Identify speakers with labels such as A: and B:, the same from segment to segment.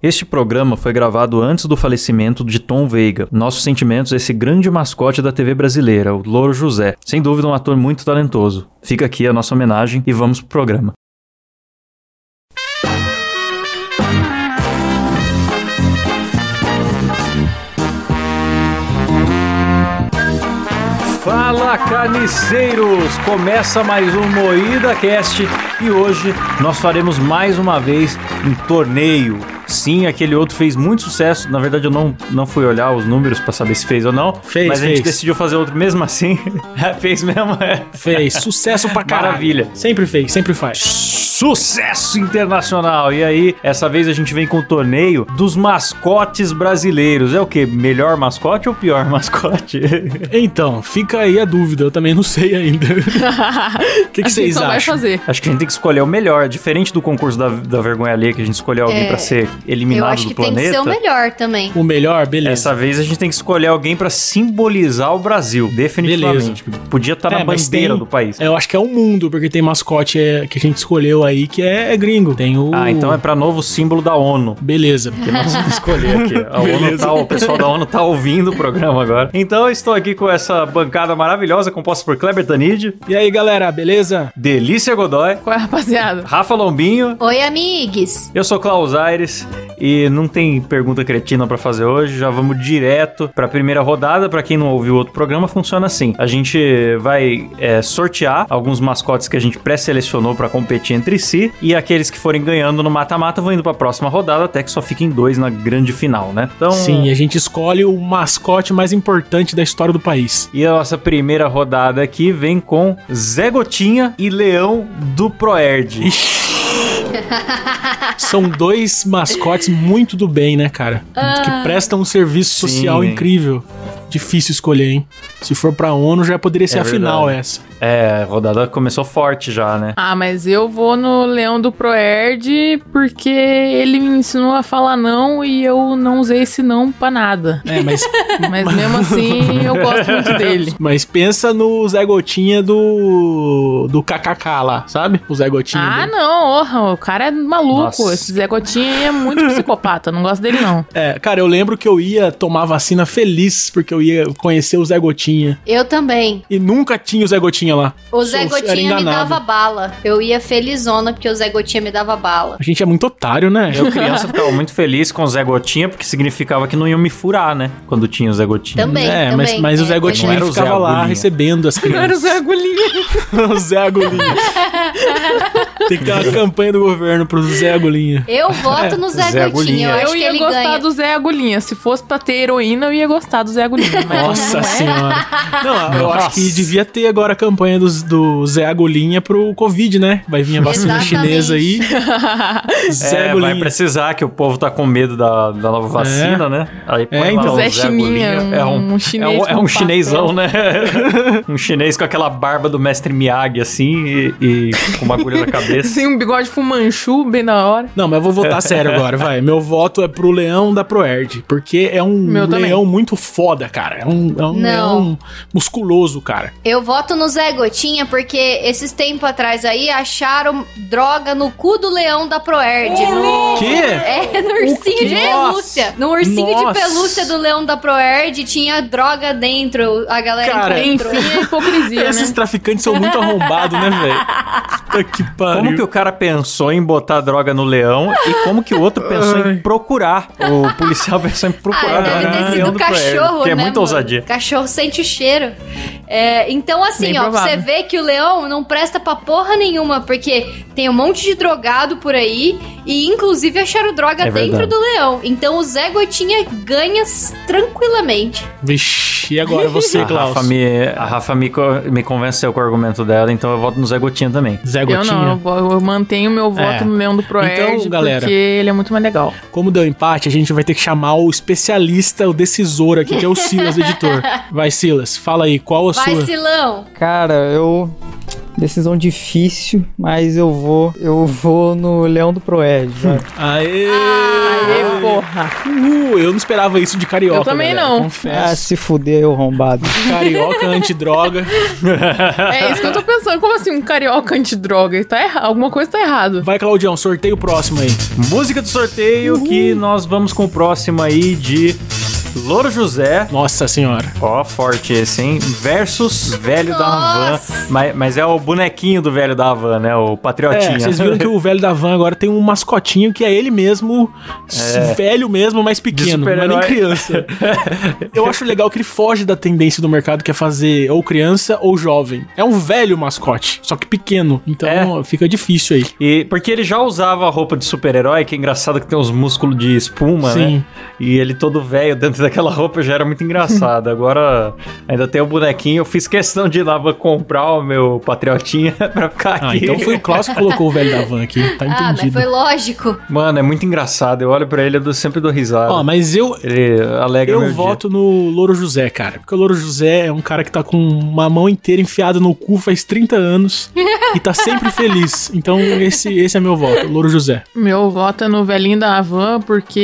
A: Este programa foi gravado antes do falecimento de Tom Veiga. Nossos sentimentos a esse grande mascote da TV brasileira, o Louro José. Sem dúvida, um ator muito talentoso. Fica aqui a nossa homenagem e vamos pro programa. Fala carniceiros! Começa mais um Moída Cast e hoje nós faremos mais uma vez um torneio. Sim, aquele outro fez muito sucesso. Na verdade, eu não, não fui olhar os números pra saber se fez ou não.
B: Fez,
A: mas a gente
B: fez.
A: decidiu fazer outro mesmo assim. fez mesmo, é.
B: Fez. Sucesso pra caralho.
A: Maravilha.
B: Sempre fez, sempre faz.
A: Sucesso internacional! E aí, essa vez a gente vem com o torneio dos mascotes brasileiros. É o quê? Melhor mascote ou pior mascote?
B: Então, fica aí a dúvida, eu também não sei ainda. O que, que
C: a gente
B: vocês
C: só vai
B: acham?
C: fazer.
A: Acho que a gente tem que escolher o melhor. Diferente do concurso da, da vergonha alheia, que a gente escolheu alguém
D: É,
A: pra ser
D: Eu
A: eliminado
D: acho
A: do
D: que tem que ser
A: planeta.
D: o melhor também.
B: O melhor, beleza.
A: Dessa vez a gente tem que escolher alguém pra simbolizar o Brasil, definitivamente. Podia estar na
B: É, mas
A: bandeira
B: tem-
A: do país.
B: Eu acho que é o mundo, porque tem mascote é, que a gente escolheu aí que é, é gringo. Tem o.
A: Ah, então é pra novo símbolo da ONU.
B: Beleza.
A: escolher um aqui. A ONU tá, o pessoal da ONU tá ouvindo o programa agora. Então eu estou aqui com essa bancada maravilhosa composta por Kleber Tanid,
B: E aí, galera, beleza?
A: Delícia Godoy,
C: Qual é, rapaziada?
A: Rafa Lombinho.
D: Oi, amigues.
A: Eu sou Klaus Aires e não tem pergunta cretina pra fazer hoje, já vamos direto pra primeira rodada. Pra quem não ouviu outro programa, funciona assim: a gente vai é, sortear alguns mascotes que a gente pré-selecionou pra competir entre si e aqueles que forem ganhando no mata-mata vão indo pra próxima rodada até que só fiquem dois na grande final, né? Então,
B: Sim, a gente escolhe o mascote mais importante da história do país.
A: E a nossa primeira rodada aqui vem com Zé Gotinha e Leão do Proerd.
B: São dois mascotes muito do bem, né, cara?
D: Ah.
B: Que prestam um serviço
A: Sim,
B: social
A: hein?
B: incrível. Difícil escolher, hein? Se for pra ONU, já poderia ser
A: É
B: a final
A: verdade.
B: essa.
A: É, a rodada começou forte já, né?
C: Ah, mas eu vou no Leão do Proerd porque ele me ensinou a falar não e eu não usei esse não pra nada.
B: É, mas,
C: Mas mesmo assim, eu gosto muito dele.
B: mas pensa no Zé Gotinha do. do KKK lá, sabe? O Zé Gotinha.
C: Ah,
B: dele.
C: não, orra, o cara é maluco.
A: Nossa.
C: Esse Zé Gotinha aí é muito psicopata, eu não gosto dele não.
B: É, cara, eu lembro que eu ia tomar vacina feliz porque eu ia conhecer o Zé Gotinha.
D: Eu também.
B: E nunca tinha o Zé Gotinha lá.
D: O Zé
B: Sou- era
D: Gotinha me
B: enganado.
D: dava bala. Eu ia felizona porque o Zé Gotinha me dava bala.
B: A gente é muito otário, né?
A: Eu, criança, ficava muito feliz com o Zé Gotinha, porque significava que não iam me furar, né? Quando tinha o Zé Gotinha.
D: Também,
B: é, mas,
D: também.
B: mas o Zé
D: É,
B: Gotinha
A: não era o Zé
B: ficava lá
A: Agulhinha.
B: recebendo as crianças.
C: Agulhinha.
B: o Zé Agulhinha. Tem que ter uma campanha do governo pro Zé Agulhinha.
D: Eu voto no Zé,
B: é
A: Zé Golinha.
D: Gotinha. Eu acho
C: Eu
D: que
C: ia
D: ele
C: gostar
D: ganha.
C: do Zé Agulhinha. Se fosse pra ter heroína, eu ia gostar do Zé Agulhinha. mas
B: Nossa
C: não é.
B: senhora. Não, eu
A: Nossa.
B: acho que devia ter agora a campanha dos- do, Zé Agulhinha pro Covid, né? Vai vir a vacina
D: Exatamente.
B: chinesa aí. Zé
A: É, vai
B: Agulhinha.
A: precisar, que o povo tá com medo da, da nova vacina, né? Aí põe
B: É,
A: lá
B: então.
A: o
C: Zé Chininha,
A: Agulhinha.
C: um-
A: é um,
C: um
A: é
C: chinês
A: um, é um
C: com
A: chinêsão, né? um chinês com aquela barba do mestre Miyagi, assim, e, e com uma agulha na cabeça.
C: Sim, um bigode fumanchu bem na hora.
B: Não, mas eu vou votar sério agora, vai. Meu voto é pro Leão da Proerd, porque é um
C: Meu também.
B: leão muito foda, cara. É um, é um
D: Não.
B: leão musculoso, cara.
D: Eu voto no Zé Gotinha porque esses tempos atrás aí acharam droga no cu do leão da Proerd. No...
B: Que?
D: É, no ursinho de
B: Nossa.
D: pelúcia. No ursinho
B: Nossa.
D: de pelúcia do leão da Proerd tinha droga dentro. A galera
B: Cara,
D: encontrou.
C: Enfim, é hipocrisia, né?
B: Esses traficantes são muito arrombados, né, velho? Puta que pariu.
A: Como que o cara pensou em botar droga no leão e como que o outro pensou em procurar?
B: Ah,
A: O policial pensou em procurar
D: Ah, deve
A: droga no
D: ter
A: leão
D: sido
A: do Proerd,
D: cachorro,
A: Que é
D: né?
A: muito
D: mano?
A: ousadia.
D: Cachorro sente o cheiro. É, então, assim,
C: Bem
D: ó,
C: provável.
D: você vê que o leão não presta pra porra nenhuma, porque tem um monte de drogado por aí e, inclusive, acharam droga
A: É
D: dentro
A: verdade.
D: do leão. Então, o Zé Gotinha ganha s- tranquilamente.
B: Vixe, e agora você,
A: a
B: Klaus?
A: Rafa, me, a Rafa me, co- me convenceu com o argumento dela, então eu voto no Zé Gotinha também.
B: Zé
C: Eu não, eu,
B: Gotinha.
C: vou- eu mantenho meu voto
B: É.
C: no Leão do Proerd,
B: Então, galera-
C: porque ele é muito mais legal.
B: Como deu empate, a gente vai ter que chamar o especialista, o decisor aqui, que é o Silas, editor. Vai, Silas, fala aí, qual a
D: Vai,
B: sua?
D: Silão!
E: Cara, eu. Decisão difícil, mas eu vou. Eu vou no Leão do Proerd. vai.
B: Aê!
C: Aê, Porra!
B: Uh, eu não esperava isso de carioca.
C: Eu também
B: galera,
C: não.
E: Ah,
B: Confesso.
E: se fuder, eu rombado.
B: Carioca antidroga.
C: É isso que eu tô pensando. Como assim um carioca antidroga? Tá errado. Alguma coisa tá errado.
B: Vai, Claudião, sorteio o próximo aí.
A: Música do sorteio que nós vamos com o próximo aí de Louro José.
B: Nossa senhora.
A: Ó, forte esse, hein? Versus Velho da Havan.
D: Nossa!
A: Mas, mas é o bonequinho do Velho da Havan, né? O Patriotinha.
B: É, vocês viram que o velho da van agora tem um mascotinho que é ele mesmo, s- velho mesmo, mas pequeno, não é nem
A: super-herói.
B: criança. Eu acho legal que ele foge da tendência do mercado que é fazer ou criança ou jovem. É um velho mascote, só que pequeno. Então fica difícil aí.
A: E porque ele já usava a roupa de super-herói, que é engraçado que tem uns músculos de espuma,
B: Sim.
A: né? E ele todo velho dentro daquela roupa já era muito engraçado. Agora ainda tem o bonequinho. Eu fiz questão de ir lá vou comprar o meu patriotinha pra ficar
B: Ah,
A: aqui.
B: então foi o Klaus que colocou o velho da van aqui. Tá
D: Ah, mas
B: entendido.
D: foi lógico.
A: Mano, é muito engraçado. Eu olho pra ele e dou- sempre dou risada.
B: Ó, mas eu,
A: Ele alegra meu
B: Eu
A: dia.
B: voto no Louro José, cara. Porque o Louro José é um cara que tá com uma mão inteira enfiada no cu faz 30 anos e tá sempre feliz. Então esse, esse é meu voto, Louro José.
C: Meu voto é no velhinho da Havan,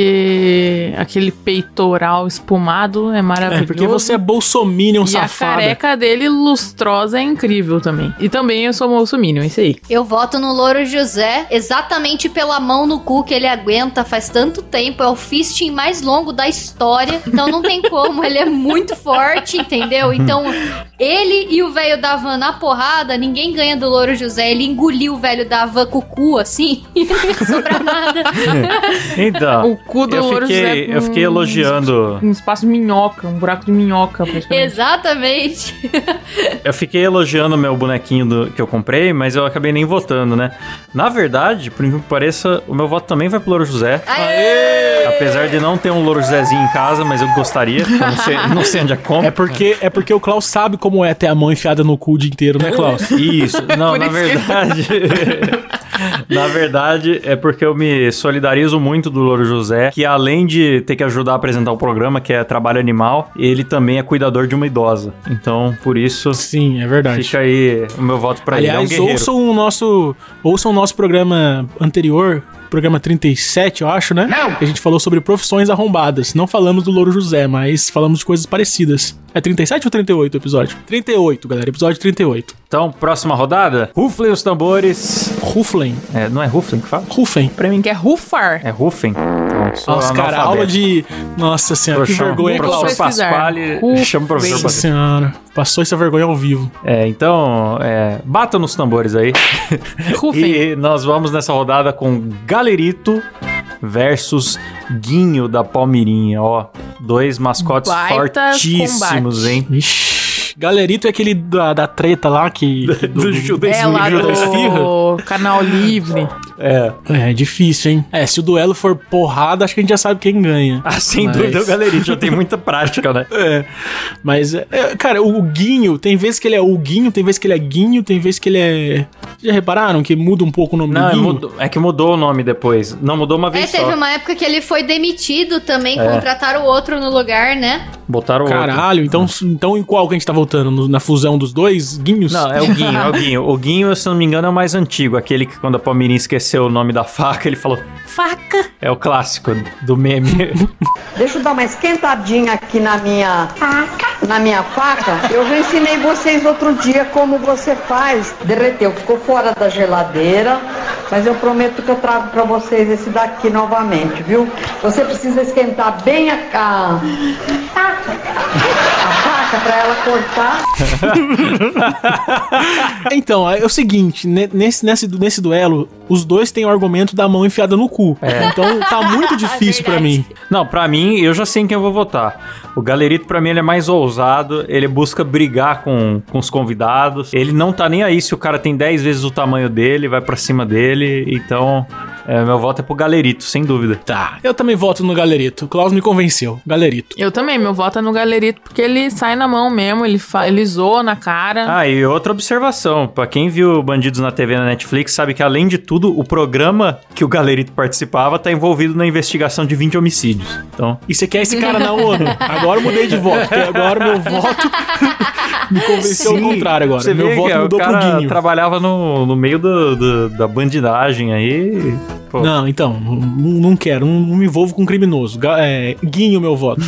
C: porque aquele peitoral espumado é maravilhoso.
B: É, porque você é bolsominion
C: e a
B: safada.
C: careca dele lustrosa é incrível também. E também eu sou minion, isso aí.
D: Eu voto no Louro José exatamente pela mão no cu que ele aguenta faz tanto tempo. É o fisting mais longo da história. Então não tem como. ele é muito forte, entendeu? Então ele e o velho da van na porrada, ninguém ganha do Louro José. Ele engoliu o velho da van com o cu, assim, e não ia sobrar nada.
A: Então,
B: Tá.
C: O cu do
A: eu
C: Louro
A: fiquei,
C: José
A: eu fiquei
C: com-
A: elogiando.
C: Um espaço de minhoca, um buraco de minhoca, praticamente.
D: Exatamente.
A: Eu fiquei elogiando o meu bonequinho do- que eu comprei, mas eu acabei nem votando, né? Na verdade, por incrível que pareça, o meu voto também vai pro Louro José.
D: Aê!
A: Apesar de não ter um Louro Josézinho em casa, mas eu gostaria, porque eu não sei, não sei onde é como.
B: É porque, é porque o Klaus sabe como é ter a mão enfiada no cu o dia inteiro, né, Klaus?
A: Isso, não,
C: Por
A: na
C: isso que-
A: verdade. na verdade, é porque eu me solidarizo muito do Louro José, que além de ter que ajudar a apresentar o programa, que é Trabalho Animal, ele também é cuidador de uma idosa. Então, por isso,
B: Sim, é verdade.
A: fica aí o meu voto pra
B: Aliás,
A: ele. É um guerreiro.
B: ouçam o nosso, ouçam o nosso programa anterior, programa 37, eu acho, né? Não. Que a gente falou sobre profissões arrombadas. Não falamos do Louro José, mas falamos de coisas parecidas. É 37 ou 38 o episódio? 38, galera, episódio 38.
A: Então, próxima rodada. Ruflem os tambores.
B: Ruflem,
A: É, não é Ruflem que fala?
B: Ruflem.
C: Pra mim que é rufar.
A: É Rufem. Então, sou
B: Nossa, cara,
A: analfabeto.
B: aula de... Nossa senhora, que
A: Trouxão. um
B: vergonha,
A: Professor
B: Klaus.
C: Vou pesquisar.
A: Pasquale,
C: Rufem.
A: chama o professor
B: Nossa
A: Pasquale.
B: senhora, passou essa vergonha ao vivo.
A: É, então, é, batam nos tambores aí.
C: Rufem.
A: E nós vamos nessa rodada com Galerito versus Guinho da Palmirinha, ó. Dois mascotes
C: Baita
A: fortíssimos,
C: combate.
A: hein?
B: Ixi, galerito é aquele da, da treta lá que... que
A: Do Judas
C: É lá
A: Judas Firra.
C: do canal livre.
A: É,
B: É, difícil, hein? É, se o duelo for porrada, acho que a gente já sabe quem ganha.
A: ah, sem
B: Mas-
A: dúvida o Galerito já tem muita prática, né?
B: É. Mas, é, é, cara, o Guinho, tem vezes que ele é o Guinho, tem vezes que ele é Guinho, tem vezes que ele é. Já repararam que muda um pouco o nome
A: Não,
B: do
A: é,
B: Guinho?
A: mudou- é que mudou o nome depois. Não, mudou uma
D: É,
A: vez
D: teve
A: só.
D: uma época que ele foi demitido também, contrataram o outro no lugar, né?
A: Botaram o outro.
B: Caralho, então, então em qual que a gente tá voltando? No- na fusão dos dois Guinhos?
A: Não, é o Guinho, é o Guinho. O Guinho, se não me engano, é o mais antigo. Aquele que quando a Palmeirinha esqueceu o nome da faca, ele falou... Faca! É o clássico do meme.
F: Deixa eu dar uma esquentadinha aqui na minha faca. Na minha faca. Eu já ensinei vocês outro dia como você faz. Derreteu, ficou fora da geladeira, mas eu prometo que eu trago pra vocês esse daqui novamente, viu? Você precisa esquentar bem a a a faca pra ela cortar.
B: Então, é o seguinte, ne- nesse, nesse, nesse duelo, os dois têm o argumento da mão enfiada no cu.
A: É.
B: Então tá muito difícil pra mim.
A: Não, pra mim, eu já sei em quem eu vou votar. O Galerito, pra mim, ele é mais ousado, ele busca brigar com, com os convidados. Ele não tá nem aí se o cara tem 10 vezes o tamanho dele, vai pra cima dele. Então, é, meu voto é pro Galerito, sem dúvida.
B: Tá. Eu também voto no Galerito. O Klaus me convenceu. Galerito.
C: Eu também, meu voto é no galerito, porque ele sai na mão mesmo, ele, fa- ele zoa na cara.
A: Ah, e outra observação, pra quem viu Bandidos na TV na Netflix, sabe que além de tudo, o programa que o Galerito participava tá envolvido na investigação de 20 homicídios. Então,
B: E você quer esse cara na ONU? Agora eu mudei de voto, porque agora meu voto me convenceu ao
A: Sim.
B: contrário agora.
A: Você
B: meu
A: vê
B: voto
A: que ó,
B: mudou
A: o cara
B: pro Guinho.
A: trabalhava no, no meio do- do- da bandidagem aí. Pô.
B: Não, então, não não quero, não, não me envolvo com criminoso. Ga- É, guinho meu voto.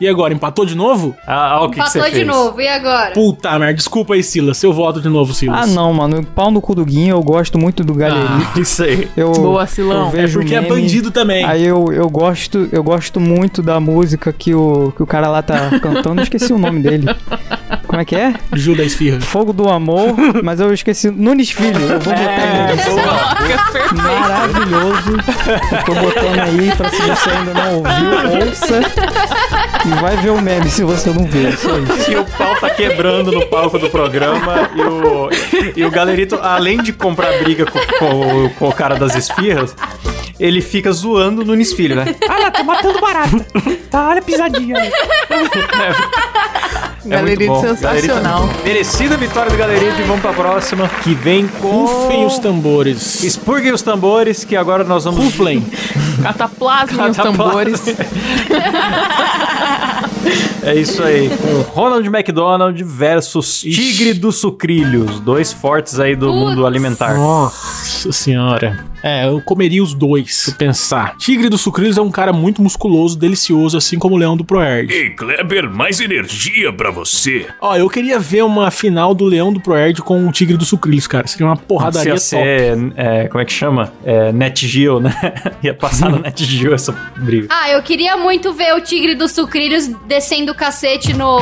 B: e agora, empatou de novo?
A: Ah, ah, o que, que você
D: Empatou
A: fez?
D: de novo, e agora?
B: Puta merda, desculpa aí, Silas, seu voto de novo, Silas.
E: Ah, não, mano. Pau no cu do Guinho, eu gosto muito do Galerinho.
A: Isso aí.
E: Eu,
C: Boa, Silão.
E: eu
B: É
E: vejo
B: porque é
E: meme,
B: bandido também.
E: Aí eu, eu gosto eu gosto muito da música que o, que o cara lá tá cantando. Eu esqueci o nome dele. Como é que é?
B: Judas Esfirra.
E: Fogo do Amor, mas eu esqueci. Nunes Filho. Eu vou botar
A: É,
E: Nunes.
A: boa.
E: Maravilhoso. Eu tô botando aí pra se você ainda não ouviu, ouça. E vai ver o meme se você não viu. É só isso.
A: E o pau tá quebrando no palco do programa. E o, e o galerito, além de comprar briga com, com o- com o cara das esfirras, ele fica zoando o Nunes Filho, né?
G: Olha, tá matando barato. Tá, olha a pisadinha. aí.
A: É muito
C: Galerito
A: é bom.
C: sensacional.
A: Galerito- merecida vitória do galerito e vamos pra próxima. Que vem
E: Oh.
A: com.
B: Rufem os tambores.
A: Expurguem os tambores, que agora nós vamos.
B: Ruflem.
C: Cataplasma os
A: Cataplasma.
C: tambores.
A: É isso aí, com Ronald McDonald versus Tigre dos Sucrilhos. Dois fortes aí do
D: Putz.
A: mundo alimentar.
B: Nossa senhora. É, eu comeria os dois, se eu pensar. Tigre do Sucrilhos é um cara muito musculoso, delicioso, assim como o Leão do Proerd.
H: Ei, Kleber, mais energia pra você.
B: Ó, eu queria ver uma final do Leão do Proerd com o Tigre do Sucrilhos, cara. Seria uma
A: Se
B: porradaria
A: ia
B: top.
A: ser, é, como é que chama? É, Net Geo, né? Ia passar no Net Geo essa briga.
D: Ah, eu queria muito ver o tigre dos sucrilhos descendo o cacete no,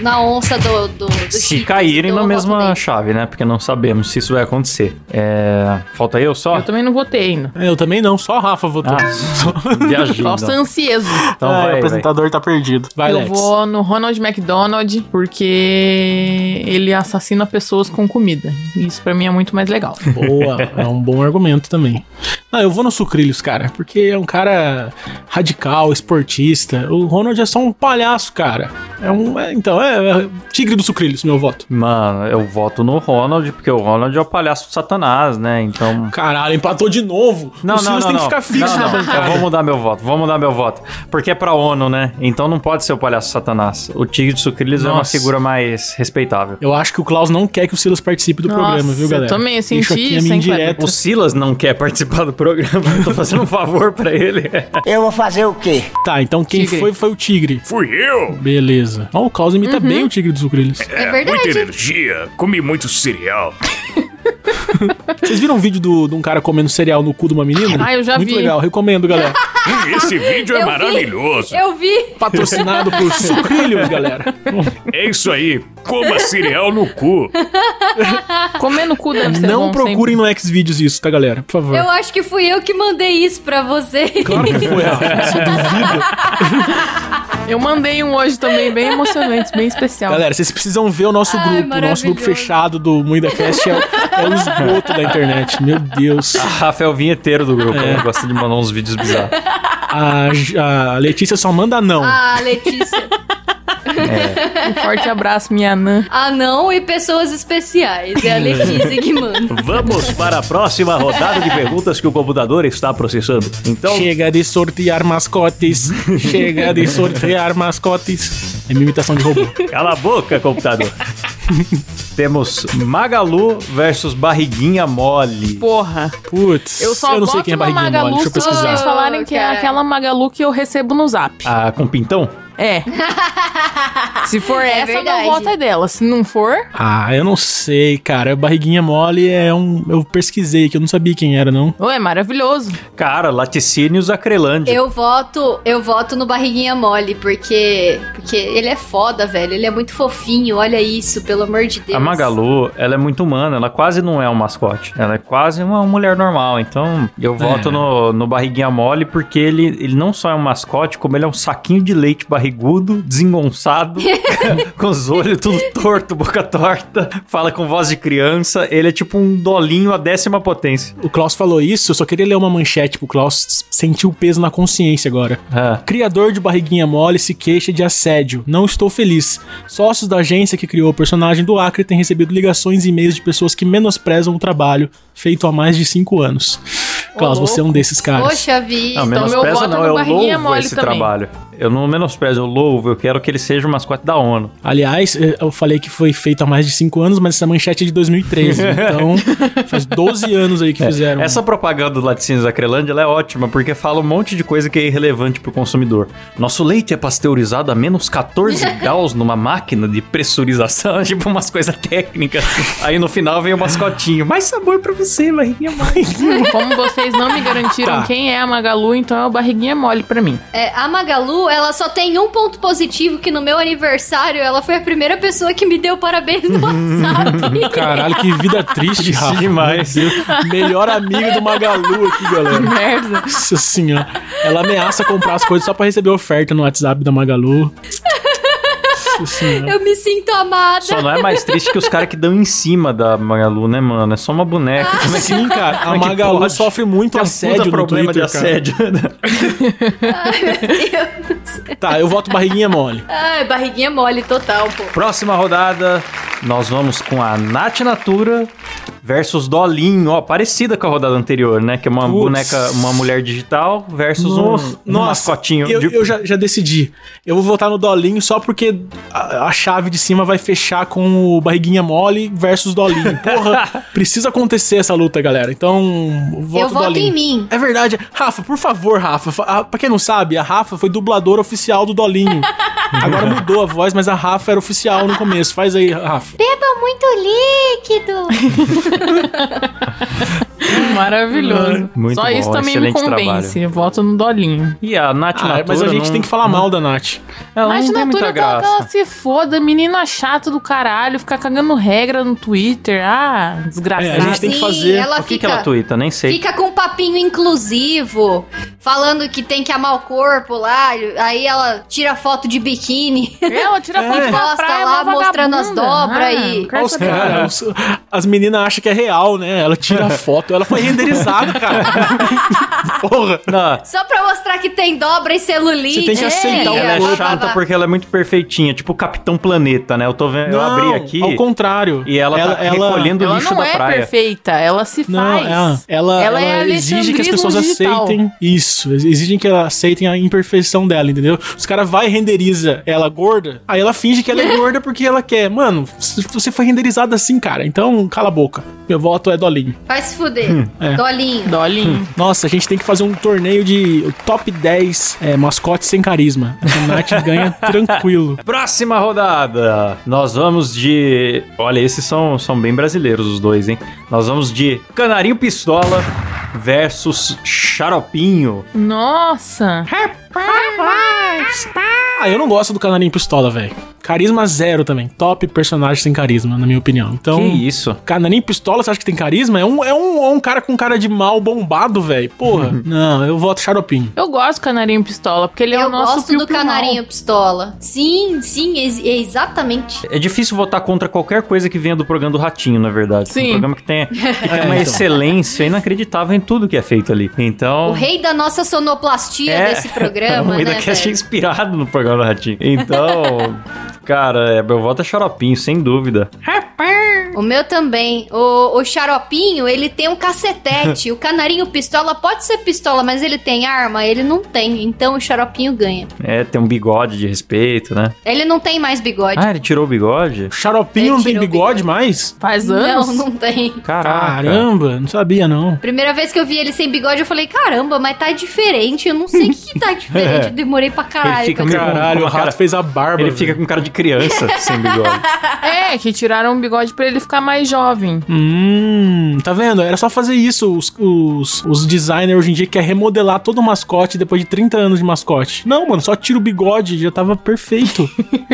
D: na onça do. do, do
A: Se
D: Chico,
A: caírem
D: então
A: na
D: eu voto
A: mesma
D: nele.
A: chave, né? Porque não sabemos se isso vai acontecer. É, Falta eu só?
C: Eu também não votei ainda.
B: É, Eu também não, só a Rafa votou.
A: Ah, só- viajei. então.
C: Só
D: um.
C: sou ansioso.
A: Então
B: Ah,
A: vai, vai.
B: tá perdido. Vai,
C: eu
B: Lex.
C: vou no Ronald McDonald porque ele assassina pessoas com comida. Isso pra mim é muito mais legal.
B: Boa, é um bom argumento também. Não, eu vou no Sucrilhos, cara, porque é um cara radical, esportista. O Ronald é só um palhaço, cara. É um. é- então, é, é Tigre do Sucrilhos, meu voto.
A: Mano, eu voto no Ronald, porque o Ronald é o palhaço do satanás, né? Então...
B: Caralho, empatou de novo.
A: Não,
B: o
A: não, não,
B: Silas tem que
A: não.
B: ficar fixo
A: Não,
B: na
A: não. Eu
B: bancada.
A: vou mudar meu voto, vou mudar meu voto. Porque é pra ONU, né? Então não pode ser o palhaço satanás. O Tigre de Sucrilhos é uma
B: Nossa.
A: figura mais respeitável.
B: Eu acho que o Klaus não quer que o Silas participe do
C: Nossa,
B: programa, viu,
C: eu
B: galera?
C: também
B: Deixa é
C: senti
B: aqui a
C: isso,
B: minha
C: hein, Kleber?
B: indireta.
A: O Silas não quer participar do programa, eu tô fazendo um favor pra ele.
I: Eu vou fazer o quê?
B: Tá, então quem
C: Tigre.
B: foi foi o Tigre.
H: Fui eu.
B: Beleza. Ó, o Klaus imita
C: Uhum.
B: bem o Tigre do Sucrilhos.
D: É
H: Muita
D: verdade.
H: energia. Comi muito cereal.
B: Vocês viram um vídeo do- de um cara comendo cereal no cu de uma menina?
C: Ah, eu já
B: Muito
C: vi.
B: legal, recomendo, galera.
H: Hum, Esse vídeo é
D: Eu vi.
H: maravilhoso.
D: Eu vi.
B: Patrocinado por Sucrilhos, galera.
H: É isso aí. Coma cereal no cu.
C: Comer no cu deve ser
B: Não
C: bom
B: procurem no Xvideos isso, tá, galera? Por favor.
D: Eu acho que fui eu que mandei isso pra você.
B: Claro que foi, Rafa. Você duvida?
C: sempre. Eu mandei um hoje também bem emocionante, bem especial.
B: Galera, vocês precisam ver o nosso
D: Ai,
B: grupo. O nosso grupo
D: maravilhoso.
B: fechado do MuidaCast é, o- é o esgoto da internet. Meu Deus.
A: Rafael Vinheteiro do grupo, ele gosta de mandar uns vídeos bizarros.
B: A, J- a Letícia só manda não.
D: Ah, Letícia.
C: Um forte abraço, minha Anã.
D: Ah, não, e pessoas especiais. É a Letícia que manda.
A: Vamos para a próxima rodada de perguntas que o computador está processando. Então,
B: Chega de sortear mascotes. Chega de sortear mascotes. É minha imitação de robô.
A: cala a boca, computador. Temos Magalu versus Barriguinha Mole.
C: Porra.
B: Putz.
C: Eu só
B: não
C: voto
B: sei quem é
C: na
B: barriguinha
C: Magalu
B: mole. Deixa eu
C: se vocês
B: pesquisar.
C: falarem que é
D: cara.
C: aquela Magalu que eu recebo no zap.
A: Ah, com pintão?
C: É. se for
D: É
C: essa,
D: verdade.
C: meu voto é dela. Se não for,
B: Ah, eu não sei, cara. Barriguinha mole é um. Eu pesquisei aqui, eu não sabia quem era, não.
C: ué, é maravilhoso.
A: Cara, laticínios Acrelândia.
D: Eu voto, eu voto no Barriguinha Mole, porque, porque ele é foda, velho. Ele é muito fofinho, olha isso, pelo amor de Deus.
A: A Magalu, ela é muito humana, ela quase não é um mascote. Ela é quase uma mulher normal. Então, eu voto no, no Barriguinha Mole porque ele, ele não só é um mascote, como ele é um saquinho de leite barrigudo, desengonçado, com os olhos tudo torto, boca torta, fala com voz de criança. Ele é tipo um dolinho à décima potência.
B: O Klaus falou isso, eu só queria ler uma manchete pro Klaus sentir o peso na consciência agora.
A: Ah,
B: Criador de barriguinha mole se queixa de assédio. Não estou feliz. Sócios da agência que criou o personagem do Acre têm recebido ligações e e-mails de pessoas que menosprezam o trabalho feito há mais de 5 anos. Klaus, você é um desses caras.
D: Poxa vida.
C: Então, meu
A: menospreza
C: voto
A: não,
C: é
A: eu
C: no Barriguinha
A: louvo
C: Mole
A: esse
C: também.
A: trabalho. Eu não menosprezo, eu louvo, eu quero que ele seja o mascote da ONU.
B: Aliás, eh, eu falei que foi feito há mais de 5 anos, mas essa manchete é de 2013. então, faz 12 anos aí que fizeram.
A: Essa propaganda do Laticínios da Crelândia ela é ótima, porque fala um monte de coisa que é irrelevante pro consumidor. Nosso leite é pasteurizado a menos 14 graus numa máquina de pressurização, tipo umas coisas técnicas. Aí no final vem o mascotinho. Mais sabor pra você, barriguinha mãe.
C: Como vocês não me garantiram
B: Tá.
C: quem é a Magalu, então é o Barriguinha Mole pra mim.
D: É, a Magalu, ela só tem um ponto positivo, que no meu aniversário, ela foi a primeira pessoa que me deu parabéns no WhatsApp.
B: Caralho, que vida triste, Rafa.
A: demais.
B: Melhor amiga do Magalu aqui, galera.
C: Merda.
B: Nossa senhora. Ela ameaça comprar as coisas só pra receber oferta no WhatsApp da Magalu. Nossa senhora.
D: Eu me sinto amada.
A: Só não é mais triste que os caras que dão em cima da Magalu, né, mano? É só uma boneca.
B: Ah.
A: Como é que-
B: Sim, cara.
A: como
B: A
A: é que
B: Magalu
A: pode?
B: sofre muito
A: Tem um
B: assédio
A: puta
B: no
A: problema
B: Twitter,
A: de
B: cara.
A: assédio.
B: Tá, eu voto barriguinha mole.
D: Ai, barriguinha mole total, pô.
A: Próxima rodada, nós vamos com a Nath Natura versus Dolinho, ó, parecida com a rodada anterior, né? Que é uma
B: Putz.
A: boneca, uma mulher digital versus um, um mascotinho.
B: eu,
A: de-
B: eu já, já decidi. Eu vou votar no Dolinho só porque a, a chave de cima vai fechar com o Barriguinha Mole versus Dolinho. Porra, precisa acontecer essa luta, galera. Então, voto
D: Eu voto
B: Dolinho.
D: em mim.
B: É verdade. Rafa, por favor, Rafa. fa- a- Pra quem não sabe, a Rafa foi dubladora oficial do Dolinho. Agora mudou a voz, mas a Rafa era oficial no começo. Faz aí, Rafa.
D: Beba muito líquido.
C: Maravilhoso.
A: Muito
C: Só
A: bom,
C: isso também me
A: excelente
C: convence. Voto no Dolinho.
A: E a Nath
B: Ah,
A: Natura.
B: mas a gente
A: não-
B: tem que falar mal da Nath.
A: Ela
C: Mas
A: não tem muita
C: Natura que ela
A: graça.
C: se foda, menina chata do caralho, ficar cagando regra no Twitter.
B: É,
C: Ah,
B: a gente
C: desgraçado.
B: tem que
D: Sim,
B: fazer-
D: Ela
A: O que, que
D: fica,
A: ela é tuita? Nem sei.
D: fica com um papinho inclusivo, falando que tem que amar o corpo lá. Aí ela tira foto de biquíni.
C: Ela tira foto
D: É.
C: da
D: Posta
C: praia,
D: lá,
C: uma
D: mostrando as
C: vagabunda.
D: dobras
C: Ah,
D: e-
C: não quero
B: Olha os
C: saber.
B: caras, os- as meninas acham que é real, né? Ela tira a foto, ela foi renderizada, cara. Porra.
A: Não,
D: Só pra mostrar que tem dobra e celulite.
B: Você tem que aceitar o
D: e
A: ela é
D: blá, blá,
A: chata
D: blá.
A: porque ela é muito perfeitinha, tipo o Capitão Planeta, né? Eu tô vendo, eu abri aqui
B: Ao contrário.
A: e ela, tá recolhendo o
C: Ela
A: lixo
C: não
A: da
C: é
A: praia.
C: perfeita, ela se
B: Não,
C: faz.
B: ela, ela,
C: Ela é
B: ela exige que as
C: Alexandrino
B: pessoas
C: digital.
B: aceitem isso. ex- Exigem que ela aceitem a imperfeição dela, entendeu? Os caras vai e renderiza ela gorda, aí ela finge que ela é gorda porque ela quer. Mano, se você foi renderizada assim, cara. Então, cala a boca. Meu voto é dolinho.
D: Vai se fuder.
B: é.
D: Dolinho.
C: Dolinho.
B: Nossa, a gente tem que fazer um torneio de top 10 é, mascotes sem carisma. A Nath ganha tranquilo.
A: Próxima rodada. Nós vamos de. Olha, esses são, são bem brasileiros os dois, hein? Nós vamos de Canarinho Pistola versus Xaropinho.
C: Hum. Nossa.
B: Ah, eu não gosto do Canarinho Pistola, velho. Carisma zero também. Top personagem sem carisma, na minha opinião. Então.
A: que isso?
B: Canarim Pistola, você acha que tem carisma? É um, é um, é um cara com cara de mal bombado, velho. Porra.
A: Uhum.
B: não, eu voto xaropinho.
C: Eu gosto do canarinho pistola, porque ele é
D: Eu
C: o nosso
D: gosto
C: piu
D: do canarinho pistola. Sim, sim, ex- é exatamente.
A: É difícil votar contra qualquer coisa que venha do programa do Ratinho, na verdade.
C: Sim.
A: Um programa que tem, que tem
B: É,
A: uma
B: então.
A: excelência inacreditável em tudo que é feito ali. Então.
D: O rei da nossa sonoplastia
A: É.
D: desse programa,
A: o
D: né?
A: MidaCast é
D: velho?
A: inspirado no programa do Ratinho. Então. cara, é, meu voto é Xaropinho, sem dúvida.
D: O meu também. O, o xaropinho, ele tem um cacetete. o canarinho pistola pode ser pistola, mas ele tem arma? Ele não tem. Então o xaropinho ganha.
A: É, tem um bigode de respeito, né?
D: Ele não tem mais bigode.
A: Ah, ele tirou o bigode?
B: Xaropinho
D: Ele
B: não tem
D: tirou o
B: bigode mais?
C: Faz anos.
D: não, não tem.
A: Caraca.
B: Caramba, não sabia não.
D: Primeira vez que eu vi ele sem bigode, eu falei, caramba, mas tá diferente. Eu não sei o que, que tá diferente. Eu demorei pra caralho.
A: Ele fica
D: pra
A: meio
D: descobrir.
A: Como
B: Caralho, o
A: uma
B: rato
A: cara-
B: fez a barba.
A: Ele
B: velho.
A: fica com cara de criança sem bigode.
C: É, que tiraram o bigode pra ele ficar mais jovem.
B: Hum, tá vendo? Era só fazer isso. Os, os, os designers hoje em dia querem remodelar todo o mascote depois de 30 anos de mascote. Não, mano, só tira o bigode, já tava perfeito.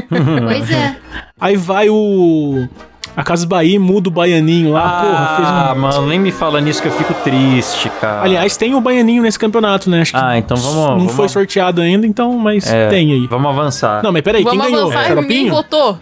D: Pois é.
B: Aí vai o. A Casa Bahia e muda o baianinho lá. porra, fez um
A: Ah, mano, nem me fala nisso que eu fico triste, cara.
B: Aliás, tem o Baianinho nesse campeonato, né? Acho que
A: Ah, então vamos-
B: Não
A: vamos-
B: foi sorteado ainda, então, mas
A: É,
B: tem aí.
A: Vamos avançar.
B: Não, mas peraí,
C: Vamos
B: quem ganhou?
C: avançar, ninguém
B: Xaropinho?
C: votou.